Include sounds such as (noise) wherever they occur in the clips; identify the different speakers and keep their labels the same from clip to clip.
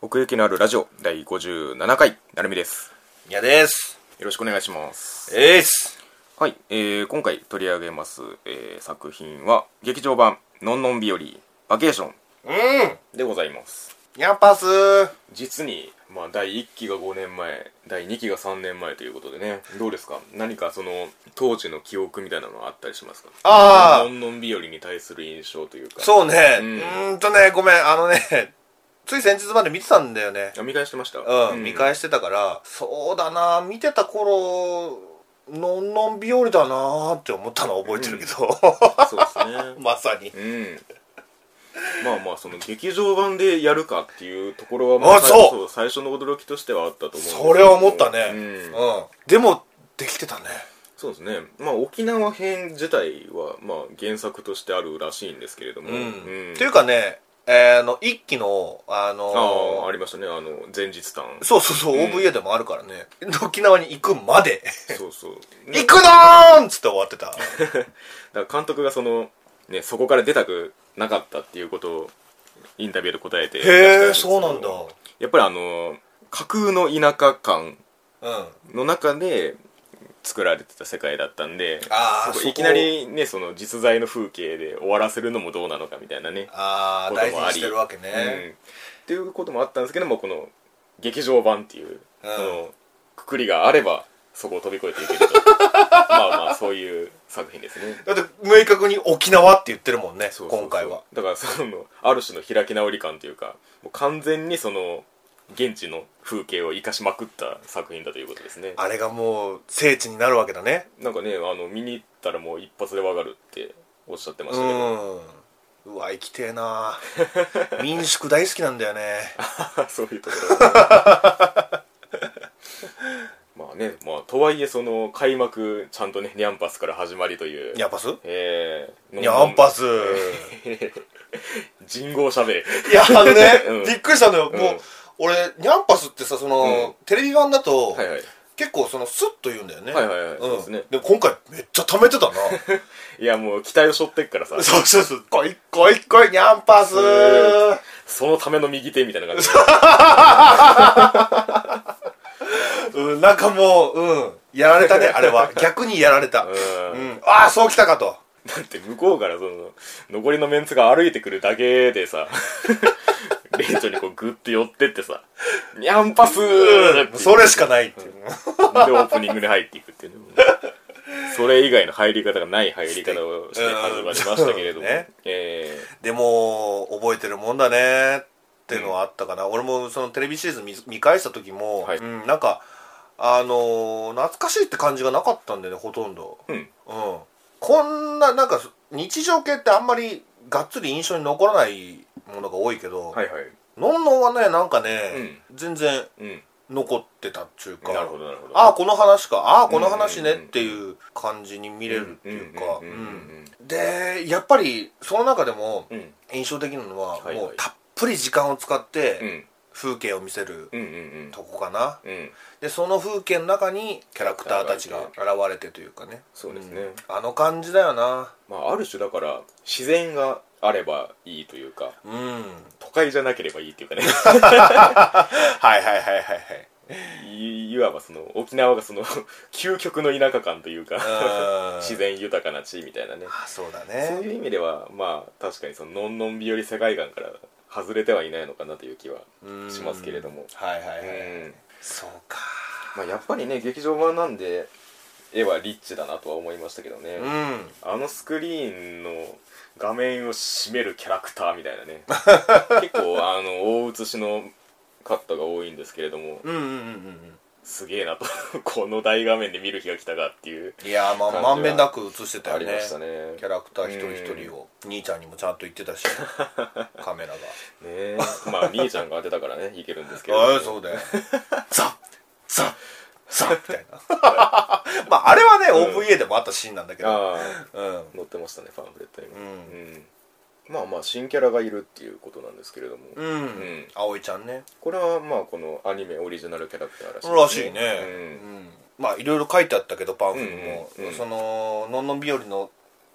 Speaker 1: 奥行きのあるラジオ第57回なるみです
Speaker 2: いやです。
Speaker 1: よろしくお願いします
Speaker 2: えーす。
Speaker 1: はい、えー今回取り上げます、えー作品は劇場版「のんのん日和バケーション
Speaker 2: うん。」
Speaker 1: でございます
Speaker 2: やっぱすー。
Speaker 1: 実に、まあ、第1期が5年前第2期が3年前ということでねどうですか何かその当時の記憶みたいなのはあったりしますか
Speaker 2: あー
Speaker 1: のんのん日和に対する印象というか
Speaker 2: そうね。
Speaker 1: う
Speaker 2: うんんーんとね、ごめん。あのね、つい先日まで見てたんだよね。
Speaker 1: あ見返してました
Speaker 2: うん。見返
Speaker 1: し
Speaker 2: してたから、そうだな。見てた頃、のんのん日和だなーって思ったのは覚えてるけど。
Speaker 1: そうですね
Speaker 2: (laughs) まさに。
Speaker 1: うんまあまあその劇場版でやるかっていうところはま
Speaker 2: あ
Speaker 1: さ
Speaker 2: そう
Speaker 1: 最初の驚きとしてはあったと思うんですけど
Speaker 2: それは思ったね。
Speaker 1: う
Speaker 2: うんん。でも、できてたね。
Speaker 1: そうですねまあ沖縄編自体はまあ原作としてあるらしいんですけれども、
Speaker 2: うん。
Speaker 1: うん
Speaker 2: っていうかね、えーあの、一期の、あのー
Speaker 1: ああありましたねあの前日短
Speaker 2: そうそうそう、OVA でもあるからね。沖縄に行くまで。
Speaker 1: そうそうね
Speaker 2: 行くのーんっつって終わってた。
Speaker 1: だから監督がその、ね、そこから出たくなかったっていうことをインタビューで答えて
Speaker 2: へえ、そうなんだ。
Speaker 1: やっぱりあの架空の田舎感
Speaker 2: うん。
Speaker 1: の中で作られてた世界だったんで
Speaker 2: あー
Speaker 1: そこ
Speaker 2: そこ
Speaker 1: いきなりねその実在の風景で終わらせるのもどうなのかみたいなね
Speaker 2: ああ、
Speaker 1: こともあり
Speaker 2: 大事にしてるわけ
Speaker 1: うん、
Speaker 2: ね。
Speaker 1: っていうこともあったんですけどもこの劇場版っていう、
Speaker 2: うん
Speaker 1: そのくくりがあればそこを飛び越えていける
Speaker 2: (laughs)
Speaker 1: とまあまあそういう作品ですね
Speaker 2: だって、明確に沖縄って言ってるもんね、
Speaker 1: そうそうそう
Speaker 2: 今回は。
Speaker 1: だからそのある種の開き直り感というかもう完全にその現地の風景を生かしまくった作品だということですね
Speaker 2: あれがもう、聖地になるわけだね。
Speaker 1: なんかねあの見に行ったらもう一発でわかるっておっしゃってま
Speaker 2: う
Speaker 1: したけど、
Speaker 2: ん。うわ、生きてえな
Speaker 1: (laughs)
Speaker 2: 民宿大好きなんだよね。
Speaker 1: そういうところが (laughs) まあねまあとはいえその開幕ちゃんとねニャンパスから始まりという
Speaker 2: ニャンパス
Speaker 1: えー、
Speaker 2: ニャンパス。
Speaker 1: 人号し
Speaker 2: (laughs)
Speaker 1: ゃべれ
Speaker 2: いや、あの
Speaker 1: うん
Speaker 2: ね、びっくりしたのよ。
Speaker 1: うん
Speaker 2: もう、俺、ニャンパスってさ、その、テレビ版だと
Speaker 1: は、いはい
Speaker 2: 結構その、スッと言うんだよね。
Speaker 1: はいはいはいそうで
Speaker 2: う
Speaker 1: す
Speaker 2: ん。
Speaker 1: ね
Speaker 2: でも今回めっちゃ溜めてたな。
Speaker 1: いやもう期待を背負ってっからさ
Speaker 2: そうそうそう。こいこいこい、ニャンパス
Speaker 1: ーそのための右手みたいな感じで
Speaker 2: うん、なんかもう、うん。やられたね、あ
Speaker 1: (laughs)
Speaker 2: れは。逆にやられた。
Speaker 1: う
Speaker 2: うんん。ああ、そう来たかと。
Speaker 1: だって向こうからその残りのメンツが歩いてくるだけで
Speaker 2: (laughs)
Speaker 1: さレイチョにこうグッて寄ってってさ「ニャンパス!」
Speaker 2: うん。それしかないっていう。
Speaker 1: でオープニングに入っていくっていうね
Speaker 2: (laughs)
Speaker 1: それ以外の入り方がない入り方をして始まりましたけれども、
Speaker 2: うんね
Speaker 1: え
Speaker 2: でも、覚えてるもんだねっていうのはあったかな。俺もそのテレビシリーズ見見返した時も、
Speaker 1: はい
Speaker 2: うん、なんか、あのー懐かしいって感じがなかったんだよね、ほとんど。
Speaker 1: ーうん
Speaker 2: うん。こんな、なんか、日常系ってあんまりがっつり印象に残らないものが多いけど、
Speaker 1: はいはい
Speaker 2: のんのんはねなんかね、全然
Speaker 1: うん
Speaker 2: 残ってたっちゅうか
Speaker 1: なるほどなるほど
Speaker 2: ああこの話かああこの話ね
Speaker 1: うんうんうん
Speaker 2: っていう感じに見れるっていうか
Speaker 1: うんうんうん
Speaker 2: うんでやっぱりその中でも
Speaker 1: うんうん
Speaker 2: 印象的なのは
Speaker 1: はいはい
Speaker 2: もうたっぷり時間を使っ
Speaker 1: う
Speaker 2: て
Speaker 1: ん
Speaker 2: 風景を見せる
Speaker 1: うんうん
Speaker 2: とこかな
Speaker 1: うんうん
Speaker 2: でその風景の中にキャラクターたちが現れてというかね
Speaker 1: そうですね
Speaker 2: んあの感じだよな
Speaker 1: まあある種だから自然があればいいというか
Speaker 2: うんはい
Speaker 1: 都会じゃなければいいっていう
Speaker 2: (laughs)
Speaker 1: かね
Speaker 2: はいはいはいはい
Speaker 1: いいわばその沖縄がその (laughs) 究極の田舎感というか
Speaker 2: うん
Speaker 1: (laughs) 自然豊かな地みたいなね
Speaker 2: あそうだ
Speaker 1: そう
Speaker 2: ね
Speaker 1: いう意味ではまあ確かにそののんのん日和世界観から外れてはいないのかなという気は
Speaker 2: うん
Speaker 1: しますけれども
Speaker 2: はいはいは
Speaker 1: う
Speaker 2: い
Speaker 1: ん
Speaker 2: そうか
Speaker 1: まあ、やっぱりね劇場版なんで絵はリッチだなとは思いましたけどね、
Speaker 2: うん
Speaker 1: あのスクリーンの画面を占めるキャラクターみたいな (laughs) ね結構あの大写しのカットが多いんですけれども
Speaker 2: うんうんうん
Speaker 1: すげえなと (laughs) この大画面で見る日が来たかっていう
Speaker 2: いやー
Speaker 1: 感
Speaker 2: まあ
Speaker 1: じは
Speaker 2: まんべんなく映してた
Speaker 1: あ
Speaker 2: よ
Speaker 1: り
Speaker 2: ね
Speaker 1: ましたね
Speaker 2: キャラクター一人一人を兄ちゃんにもちゃんと言って
Speaker 1: (laughs)
Speaker 2: たしカメラ
Speaker 1: ね
Speaker 2: が
Speaker 1: えまあみーちゃんが当てたからねいけるんです (laughs) けれど
Speaker 2: ああそうだよザッザッザッみたいな (laughs) まああれはね
Speaker 1: うん
Speaker 2: OVA でもあったシーンなんだけど
Speaker 1: ああ
Speaker 2: うん
Speaker 1: 載ってましたねパンフレットにも
Speaker 2: うん
Speaker 1: んまあまあ新キャラがいるっていうことなんですけれども、
Speaker 2: うん
Speaker 1: ん
Speaker 2: 葵ちゃんね
Speaker 1: これはまあこのアニメオリジナルキャラクターらしい
Speaker 2: らしいね
Speaker 1: うん
Speaker 2: うんまあいろいろ書いてあったけどパンフにも
Speaker 1: うんうん
Speaker 2: そののんのん日和の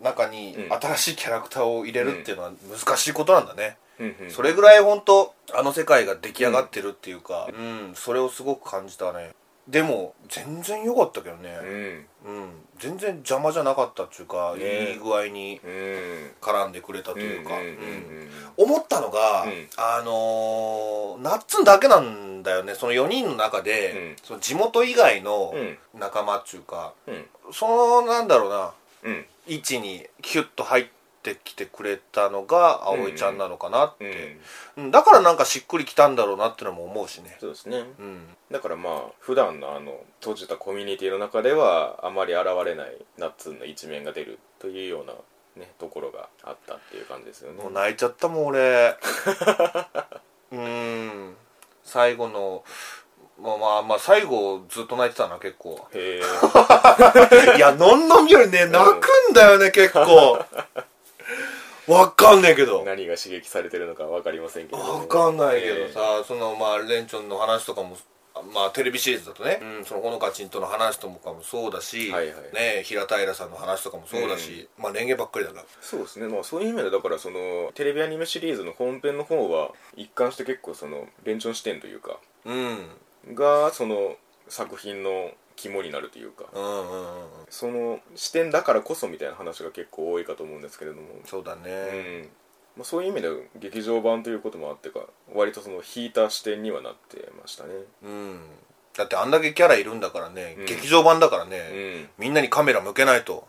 Speaker 2: 中に
Speaker 1: うん
Speaker 2: 新しいキャラクターを入れるっていうのは難しいことなんだね
Speaker 1: うんうん
Speaker 2: それぐらい本当あの世界が出来上がってるっていうか、うんそれをすごく感じたねでも全然良かったけど
Speaker 1: う
Speaker 2: ね、
Speaker 1: ん
Speaker 2: うん全然邪魔じゃなかったっていうか、
Speaker 1: ね
Speaker 2: いい具合に
Speaker 1: うん
Speaker 2: 絡んでくれたと
Speaker 1: と
Speaker 2: いうか、
Speaker 1: うんうん
Speaker 2: うん
Speaker 1: うん
Speaker 2: 思ったのが、
Speaker 1: うん
Speaker 2: あのーナッツンだけなんだよねその4人の中で、その地元以外の
Speaker 1: うん
Speaker 2: 仲間っていうか、
Speaker 1: うん
Speaker 2: そのなんだろうな
Speaker 1: うん
Speaker 2: 位置にキュッと入ってきてくれたのが葵ちゃんなのかなって、
Speaker 1: うん
Speaker 2: うんだからなんかしっくりきたんだろうなってのも思うしね
Speaker 1: そうですね
Speaker 2: うん
Speaker 1: だからまあ普段のあの閉じたコミュニティの中ではあまり現れないナッツンの一面が出るというようなねところがあったっていう感じですよね
Speaker 2: もう泣いちゃったもん
Speaker 1: (laughs)
Speaker 2: 俺うん最後のまあまあまあ最後ずっと泣いてたな結構 (laughs)
Speaker 1: へえ
Speaker 2: いやのんのんよりね泣くんだよね
Speaker 1: (laughs)
Speaker 2: 結構わかんねえけど
Speaker 1: 何が刺激されてるのか分かりませんけどね、
Speaker 2: わかんないけどさ、そのまあレンチョンの話とかもまあテレビシリーズだとね、うん、そのほのかちんとの話とかもそうだし、
Speaker 1: はいはい
Speaker 2: ね、平平さんの話とかもそうだし、まあレンゲばっかりだから
Speaker 1: そうですね、まあ、そういう意味でだからそのテレビアニメシリーズの本編の方は一貫して結構そのレンチョン視点というか
Speaker 2: うん
Speaker 1: がその作品の肝になるというか
Speaker 2: うんうんうん
Speaker 1: その視点だからこそみたいな話が結構多いかと思うんですけれども、
Speaker 2: そうだ
Speaker 1: う
Speaker 2: ね、
Speaker 1: んまあ、そういう意味では劇場版ということもあってか割とその引いた視点にはなってましたね
Speaker 2: うん、だってあんだけキャラいるんだからね、
Speaker 1: うん
Speaker 2: 劇場版だから
Speaker 1: う
Speaker 2: ね、
Speaker 1: ん
Speaker 2: みんなにカメラ向けない
Speaker 1: (laughs)
Speaker 2: と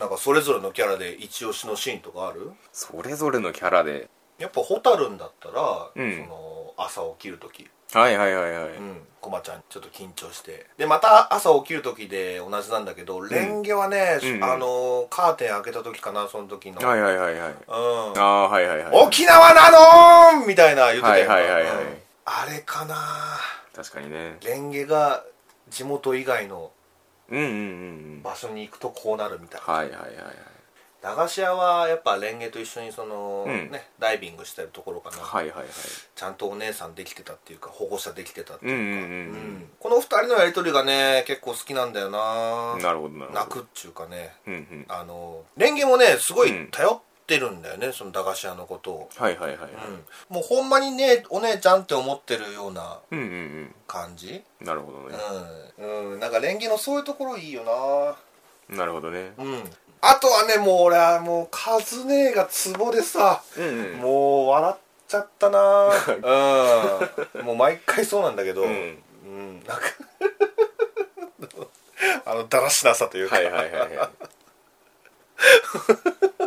Speaker 2: なんかそれぞれのキャラで一押しのシーンとかある
Speaker 1: それぞれのキャラで
Speaker 2: やっぱ蛍んだったら、
Speaker 1: うん
Speaker 2: その朝起きる時
Speaker 1: はいはいはいはい、
Speaker 2: うんコマちゃんちょっと緊張してでまた朝起きる時で同じなんだけど、レンゲはね、
Speaker 1: うんうん
Speaker 2: あのーカーテン開けた時かなその時の、
Speaker 1: はいはいはいはい
Speaker 2: うん
Speaker 1: ああはいはいはい
Speaker 2: 沖縄なのーみたいな言ってたやんか
Speaker 1: はいはいはいはい
Speaker 2: うんあれかな
Speaker 1: 確かにね
Speaker 2: レンゲが地元以外の
Speaker 1: うんうんうんうん
Speaker 2: 場所に行くとこうなるみたいな
Speaker 1: はいはいはいはい
Speaker 2: 駄菓子屋はやっぱレンゲと一緒にその、
Speaker 1: うん
Speaker 2: ねダイビングしてるところかな、
Speaker 1: はいはいはい
Speaker 2: ちゃんとお姉さんできてたっていうか保護者できてたって
Speaker 1: うん
Speaker 2: いうう、
Speaker 1: んう
Speaker 2: うん
Speaker 1: ん
Speaker 2: この二人のやりとりがね結構好きなんだよな
Speaker 1: うんなるほどなるほど
Speaker 2: 泣くっちゅうかね
Speaker 1: うんうん
Speaker 2: あのレンゲもねすご
Speaker 1: う
Speaker 2: い
Speaker 1: ん
Speaker 2: 頼ってるんだよね、その駄菓子屋のことを、
Speaker 1: はいはいはいはい
Speaker 2: うん、もうほんまにねお姉ちゃんって思ってるような
Speaker 1: うんうん
Speaker 2: 感じ
Speaker 1: うんなるほどね
Speaker 2: うん、うん、なんかレンゲのそういうところいいよな
Speaker 1: なるほどね
Speaker 2: うん、あとはねもう俺はもうカズネーがツボでさ、
Speaker 1: うんうん
Speaker 2: もう笑っちゃったなうんもう毎回そうなんだけど、
Speaker 1: うん
Speaker 2: うんなんかあのだらしなさというか、
Speaker 1: はいはいはいはい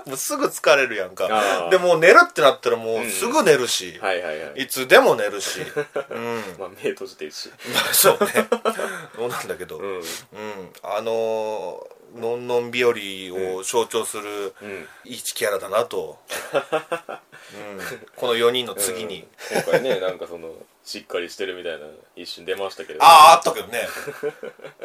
Speaker 2: もうすぐ疲れるやん
Speaker 1: あ
Speaker 2: か
Speaker 1: ー
Speaker 2: でもう寝るってなったらもううんすぐ寝るし、
Speaker 1: はいはいはい
Speaker 2: い、つでも寝
Speaker 1: (laughs)
Speaker 2: るしうん
Speaker 1: まあ目閉じてるし
Speaker 2: そうねそうなんだけど、う
Speaker 1: うんん
Speaker 2: あのーのんのん日和を象徴する、
Speaker 1: うん
Speaker 2: 一キャラだ
Speaker 1: (laughs)
Speaker 2: なと、うん、この4人の次に、
Speaker 1: うん今回ねなんかそのしっかりしてるみたいな一瞬出ましたけれど
Speaker 2: あああったけどね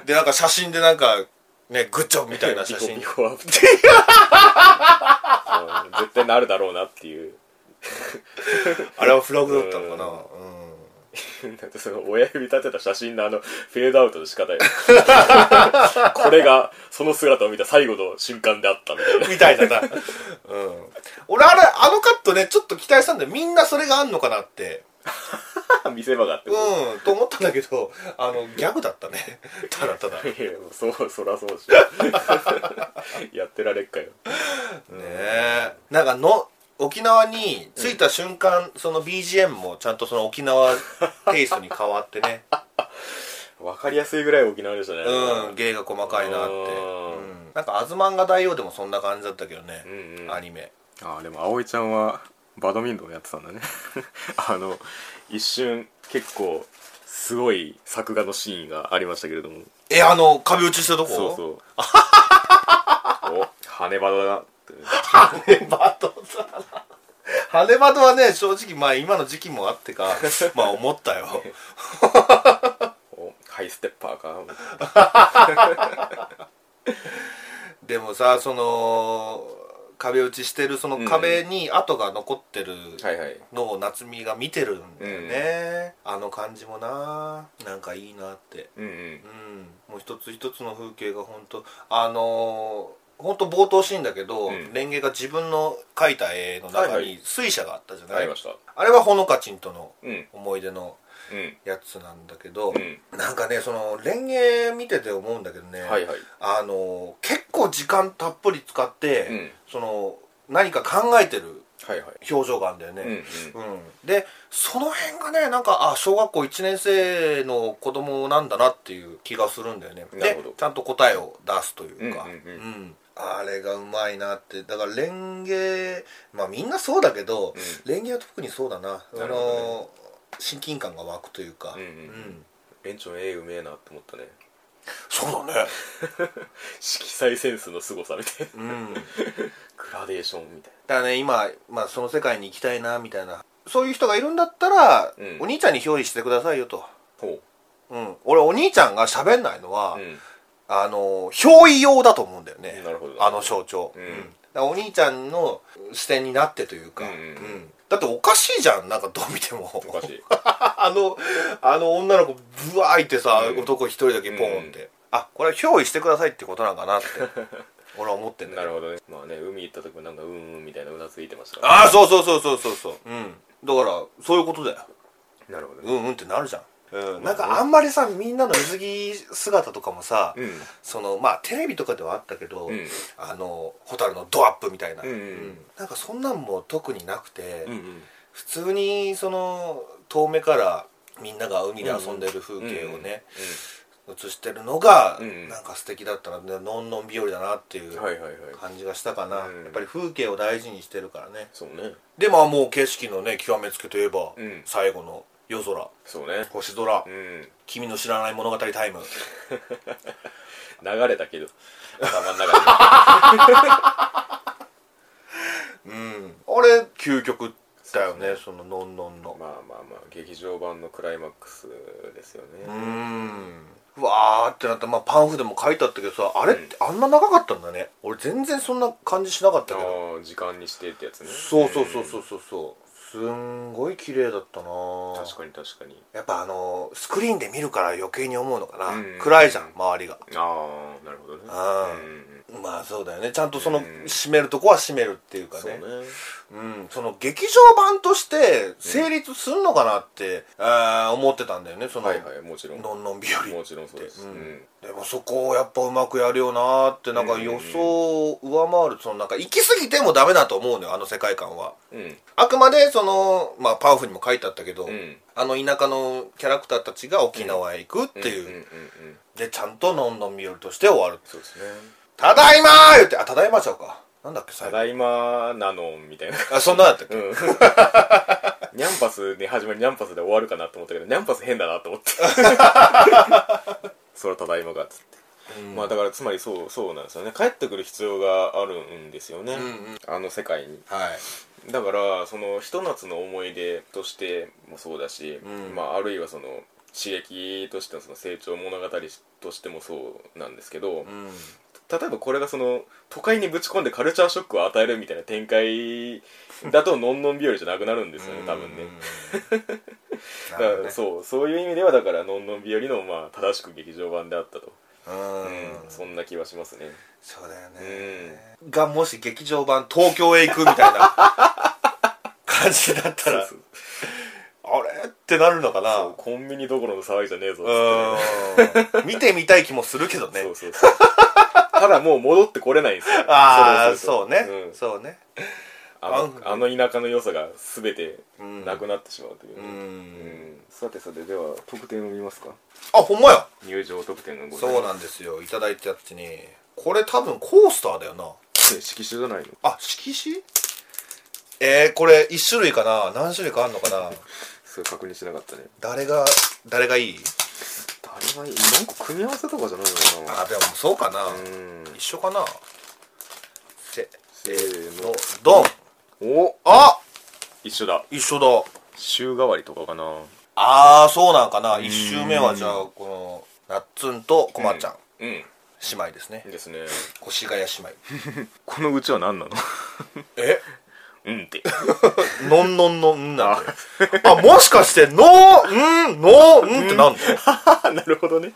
Speaker 2: でなんか写真でなんかねグッジョブみたいな写真
Speaker 1: ビフォーアフターうん絶対なるだろうなっていう
Speaker 2: あれはフラグだったのかな、
Speaker 1: う
Speaker 2: うん
Speaker 1: だってその親指立てた写真のあのフェードアウトの仕方よこれがその姿を見た最後の瞬間であったみたいな
Speaker 2: みたいなな、うん、俺あれあのカットねちょっと期待したんだよみんなそれがあんのかなって
Speaker 1: 見せ場があって
Speaker 2: うんと思ったんだけどあのギャグだったね (laughs) ただただね
Speaker 1: いやそうそらそうしやってられっかよ
Speaker 2: えなんかの沖縄に着いた瞬間、その BGM もちゃんとその沖縄テイストに変わってね
Speaker 1: わかりやすいぐらい沖縄でしたね
Speaker 2: うん芸が細かいなって、
Speaker 1: うん
Speaker 2: うん、なんか「アズマンガ大王」でもそんな感じだったけどね、
Speaker 1: うんうん
Speaker 2: アニメ
Speaker 1: ああでも葵ちゃんはバドミントンやってたんだねあの一瞬結構すごい作画のシーンがありましたけれども
Speaker 2: えあの壁打ちしたと
Speaker 1: そ
Speaker 2: こ
Speaker 1: うそう
Speaker 2: (laughs)
Speaker 1: お羽バドだなってね
Speaker 2: 羽バドだな羽バドはね正直まあ今の時期もあっ
Speaker 1: (laughs)
Speaker 2: てかまあ思ったよ
Speaker 1: おハイステッパーか
Speaker 2: でもさその壁打ちしてるその壁に跡が残ってる
Speaker 1: はいはい
Speaker 2: のを夏美が見てるんだよね、あの感じもななんかいいなって
Speaker 1: うんうん
Speaker 2: うん、もう一つ一つの風景が本当あのー本当冒頭シーンだけど、
Speaker 1: うん
Speaker 2: レンゲが自分の描いた絵の
Speaker 1: は
Speaker 2: 中
Speaker 1: いは
Speaker 2: に水車があったじゃない、
Speaker 1: ありました
Speaker 2: あれはほのかちんとの
Speaker 1: うん
Speaker 2: 思い出の
Speaker 1: うん
Speaker 2: やつなんだけ
Speaker 1: う
Speaker 2: ど、
Speaker 1: ん
Speaker 2: なんかねそのレンゲ見てて思うんだけどね、
Speaker 1: はいはい
Speaker 2: あの結構時間たっぷり使って、
Speaker 1: うん
Speaker 2: その何か考えてる
Speaker 1: はいはい
Speaker 2: 表情があるんだよ
Speaker 1: うん
Speaker 2: ね、うんでその辺がねなんかあ小学校1年生の子供なんだなっていう気がするんだよね
Speaker 1: なる
Speaker 2: で
Speaker 1: ほど
Speaker 2: ちゃんと答えを出すというか、
Speaker 1: うんうんうん
Speaker 2: んあれがうまいなってだからレンゲまあみんなそうだけど、レンゲは特にそうだな
Speaker 1: な
Speaker 2: あ
Speaker 1: るほどね
Speaker 2: の親近感が湧くというか、
Speaker 1: うんうんうん園長絵うめえなって思ったね
Speaker 2: そうだね
Speaker 1: 色彩センスの凄さみたいな
Speaker 2: う
Speaker 1: グ
Speaker 2: ん
Speaker 1: ラデーションみたい
Speaker 2: だからね今、まあ、その世界に行きたいなみたいなそういう人がいるんだったら、
Speaker 1: うん
Speaker 2: お兄ちゃんに憑依してくださいよと、
Speaker 1: なほ
Speaker 2: うん、俺お兄ちゃんが喋んないのは、
Speaker 1: ううん
Speaker 2: あの憑依用だと思うんだよね
Speaker 1: なるほど
Speaker 2: あの象徴、
Speaker 1: うん
Speaker 2: だからお兄ちゃんの視点になってというか、
Speaker 1: うんうんうん
Speaker 2: だっておかしいじゃんなんかどう見ても
Speaker 1: おかしい
Speaker 2: (laughs) あのあの女の子ブワーいてさ、
Speaker 1: うん
Speaker 2: 男一人だけポンって、あこれは憑依してくださいってことなんかなって俺は思ってんだけど
Speaker 1: なるほどねまあね海行った時もなんかうんうんみたいなうなずいてましたから
Speaker 2: ああそうそうそうそうそうそううんだからそういうことだよ
Speaker 1: なるほどね
Speaker 2: うんうんってなるじゃん、うん、
Speaker 1: まあね
Speaker 2: なんかあんまりさみんなの水着姿とかもさ、
Speaker 1: うん
Speaker 2: そのまあテレビとかではあったけど、
Speaker 1: うん
Speaker 2: あの蛍のドアップみたいな、
Speaker 1: うんうん
Speaker 2: なんかそんなんも特になくて、
Speaker 1: うんうん
Speaker 2: 普通にその遠目からみんなが海で遊んでる風景をね、映してるのが、
Speaker 1: うん
Speaker 2: なんか素敵だったなでのんのん日和だなっていう
Speaker 1: うんはいはいはい
Speaker 2: 感じがしたかな、
Speaker 1: うん
Speaker 2: やっぱり風景を大事にしてるからね
Speaker 1: そうね
Speaker 2: でまあもう景色のね極めつけといえば、
Speaker 1: うん
Speaker 2: 最後の夜空
Speaker 1: そうね
Speaker 2: 星空、
Speaker 1: うん
Speaker 2: 君の知らない物語タイム
Speaker 1: 流れたけど頭の (laughs) 中
Speaker 2: うんあれ究極だよねそののんのん
Speaker 1: で
Speaker 2: の
Speaker 1: まあまあまあ劇場版のクライマックスですよ
Speaker 2: う
Speaker 1: ね
Speaker 2: んうわーってなった、まあ、パンフでも書いてあったけどさあれってあんな長かったんだね俺全然そんな感じしなかったけど
Speaker 1: ああ時間にしてってやつね
Speaker 2: そうそうそうそううそうそうすんごい綺麗だったなん
Speaker 1: 確かに確かに
Speaker 2: やっぱあのスクリーンで見るから余計に思うのかな、
Speaker 1: うん
Speaker 2: 暗いじゃん周りが
Speaker 1: ああなるほどね
Speaker 2: あー
Speaker 1: うんうん
Speaker 2: まあそうだよねちゃんとその
Speaker 1: うん
Speaker 2: 閉めるとこは閉めるっていうか
Speaker 1: そう
Speaker 2: ね
Speaker 1: ね
Speaker 2: うん、その劇場版として成立するのかなって、あー思ってたんだよねその、
Speaker 1: はいはいもちろん
Speaker 2: のんのん日和
Speaker 1: もちろんそうです
Speaker 2: う
Speaker 1: うんん
Speaker 2: でもそこをやっぱうまくやるよなーってなんか予想を上回るそのなんか行き過ぎてもダメだと思うのよあの世界観は
Speaker 1: うん
Speaker 2: あくまでその、まあ、パンフにも書いてあったけど、
Speaker 1: うん
Speaker 2: あの田舎のキャラクターたちが沖縄へ行くっていう、
Speaker 1: うんうんうん
Speaker 2: でちゃんとのんのん日和として終わる
Speaker 1: そうですね
Speaker 2: ただいまー言ってあただいまちゃうかなんだっけ
Speaker 1: た
Speaker 2: 最後
Speaker 1: だいまなのんみたいな (laughs)
Speaker 2: あそんなんやったっけ
Speaker 1: うんニャンパスに始まりニャンパスで終わるかなと思ったけどニャンパス変だなと思って (laughs) それはただいまがっつって、
Speaker 2: うん
Speaker 1: まあだからつまりそうそうなんですよね帰ってくる必要があるんですよね、
Speaker 2: うんうん
Speaker 1: あの世界に
Speaker 2: はい
Speaker 1: だからそのひと夏の思い出としてもそうだし、
Speaker 2: うん
Speaker 1: まあ、あるいはその刺激としてのその成長物語としてもそうなんですけど、
Speaker 2: うん
Speaker 1: 例えばこれがその都会にぶち込んでカルチャーショックを与えるみたいな展開だとのんのん日和じゃなくなるんですよね多
Speaker 2: (laughs)
Speaker 1: 分ね
Speaker 2: うん。
Speaker 1: だ
Speaker 2: な
Speaker 1: か
Speaker 2: るほ
Speaker 1: ら
Speaker 2: どね
Speaker 1: そうそういう意味ではだからのんのん日和のまあ正しく劇場版であったと、
Speaker 2: うん
Speaker 1: そんな気はしますね
Speaker 2: そうだよ
Speaker 1: うん
Speaker 2: ね。がもし劇場版東京へ行くみたいな (laughs) 感じだったら、
Speaker 1: そう
Speaker 2: あれってなるのかな
Speaker 1: そうコンビニどころの騒ぎじゃねえぞっつってね
Speaker 2: うん。見てみたい気もするけどね
Speaker 1: そ。うそうそうただもう戻ってこれないん (laughs) ですよ
Speaker 2: ああ、
Speaker 1: それ
Speaker 2: そ
Speaker 1: を
Speaker 2: う
Speaker 1: する
Speaker 2: ね
Speaker 1: とうん。
Speaker 2: そうね。
Speaker 1: あのあの田舎の良さが全て
Speaker 2: うん
Speaker 1: なくなってしまうという
Speaker 2: う
Speaker 1: ね、
Speaker 2: ん。
Speaker 1: うんさてさてでは特典を見ますか
Speaker 2: あ、ほんまや。
Speaker 1: 入場特典のござい
Speaker 2: そうなんですよ。いただいたやつに。これ多分コースターだよな。
Speaker 1: ます色紙じゃないの
Speaker 2: あ、色紙えー、これ一種類かな何種類かあんのかな
Speaker 1: それ確認しなかったね
Speaker 2: 誰が、誰がいい
Speaker 1: 誰がいいなんか組み合わせとかじゃないのかな
Speaker 2: あ、でもそうかな。
Speaker 1: うん
Speaker 2: 一緒かなせ
Speaker 1: せーの
Speaker 2: のドン
Speaker 1: お
Speaker 2: あ
Speaker 1: 一緒だ
Speaker 2: 一緒だ
Speaker 1: 週替わりとかかな
Speaker 2: ああそうなんかな一周目はじゃあこのなっつんとこまちゃん、
Speaker 1: うん
Speaker 2: 姉妹ですね
Speaker 1: ですね
Speaker 2: 越谷姉妹
Speaker 1: このうちは何なの
Speaker 2: え
Speaker 1: うんって (laughs)
Speaker 2: のんのんのんなんだよあもしかしてのーんのーんってなんの
Speaker 1: あなるほどね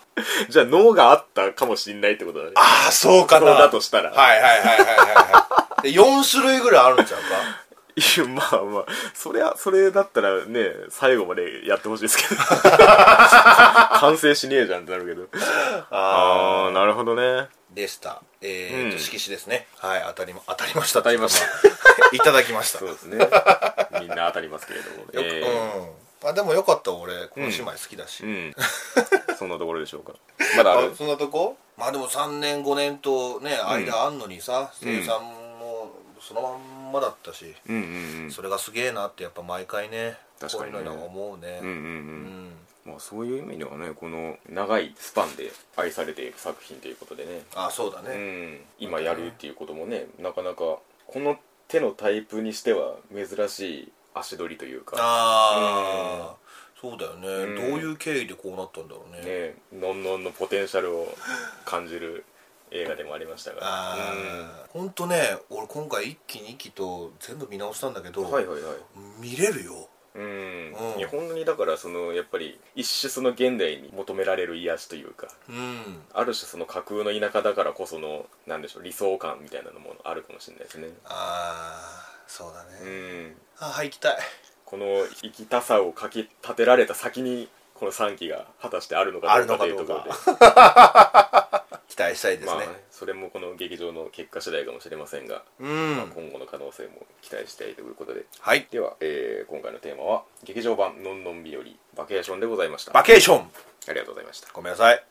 Speaker 1: じゃあ脳があったかもしんないってことだね
Speaker 2: ああそうか
Speaker 1: そうだとしたら
Speaker 2: はいはいはいはいはいはいで4種類ぐらいあるんちゃうか
Speaker 1: いやまあまあそりゃそれだったらね最後までやってほしいです (laughs) けど完成しねえじゃんってなるけど (laughs) ああなるほどね
Speaker 2: でしたえーと
Speaker 1: うん
Speaker 2: 色紙ですねはい当たりま当たりました
Speaker 1: 当たりました
Speaker 2: (laughs) いただきました
Speaker 1: そう (laughs) ですねみんな当たりますけれども
Speaker 2: よく、
Speaker 1: え
Speaker 2: うんあでもよかった俺この姉妹好きだし、
Speaker 1: ーうんそんなところでしょうかまだあ
Speaker 2: あ
Speaker 1: る
Speaker 2: そんなとこまあでも3年5年とね間あんのにさ声優、さんもそのまんまだったし、
Speaker 1: うんうん
Speaker 2: それがすげえなってやっぱ毎回ね
Speaker 1: 確かにね
Speaker 2: こういうのは思うね
Speaker 1: うんうんうんう
Speaker 2: うん
Speaker 1: まあそういう意味ではねこの長いスパンで愛されていく作品ということでね
Speaker 2: あそうだ
Speaker 1: う
Speaker 2: ね、
Speaker 1: ん今やるっていうこともねなかなかこの手のタイプにしては珍しい足取りというか
Speaker 2: ああ、そうだよね、
Speaker 1: ん
Speaker 2: どういう経緯でこうなったんだろうね
Speaker 1: ねのんのんのポテンシャルを感じる映画でもありましたが
Speaker 2: ああほんとね俺今回1期2期と全部見直したんだけど、
Speaker 1: うんはいはいはい
Speaker 2: 見れるよ
Speaker 1: うん
Speaker 2: うん
Speaker 1: いや本当にだからそのやっぱり一種その現代に求められる癒しというか
Speaker 2: うん
Speaker 1: ある種その架空の田舎だからこそのなんでしょう理想感みたいなのもあるかもしれないですね
Speaker 2: ああそうだね、
Speaker 1: うん
Speaker 2: ああ行きたい
Speaker 1: この生きたさをかき立てられた先にこの3期が果たしてあるのかどうかというところ
Speaker 2: ある
Speaker 1: で
Speaker 2: の期待したいですね、
Speaker 1: まあねそれもこの劇場の結果次第かもしれませんが
Speaker 2: うん
Speaker 1: 今後の可能性も期待したいということで
Speaker 2: はい
Speaker 1: では、えー今回のテーマは劇場版「のんのん日和バケーション」でございましたあ
Speaker 2: バケーション
Speaker 1: りがとうございました
Speaker 2: ごめんなさい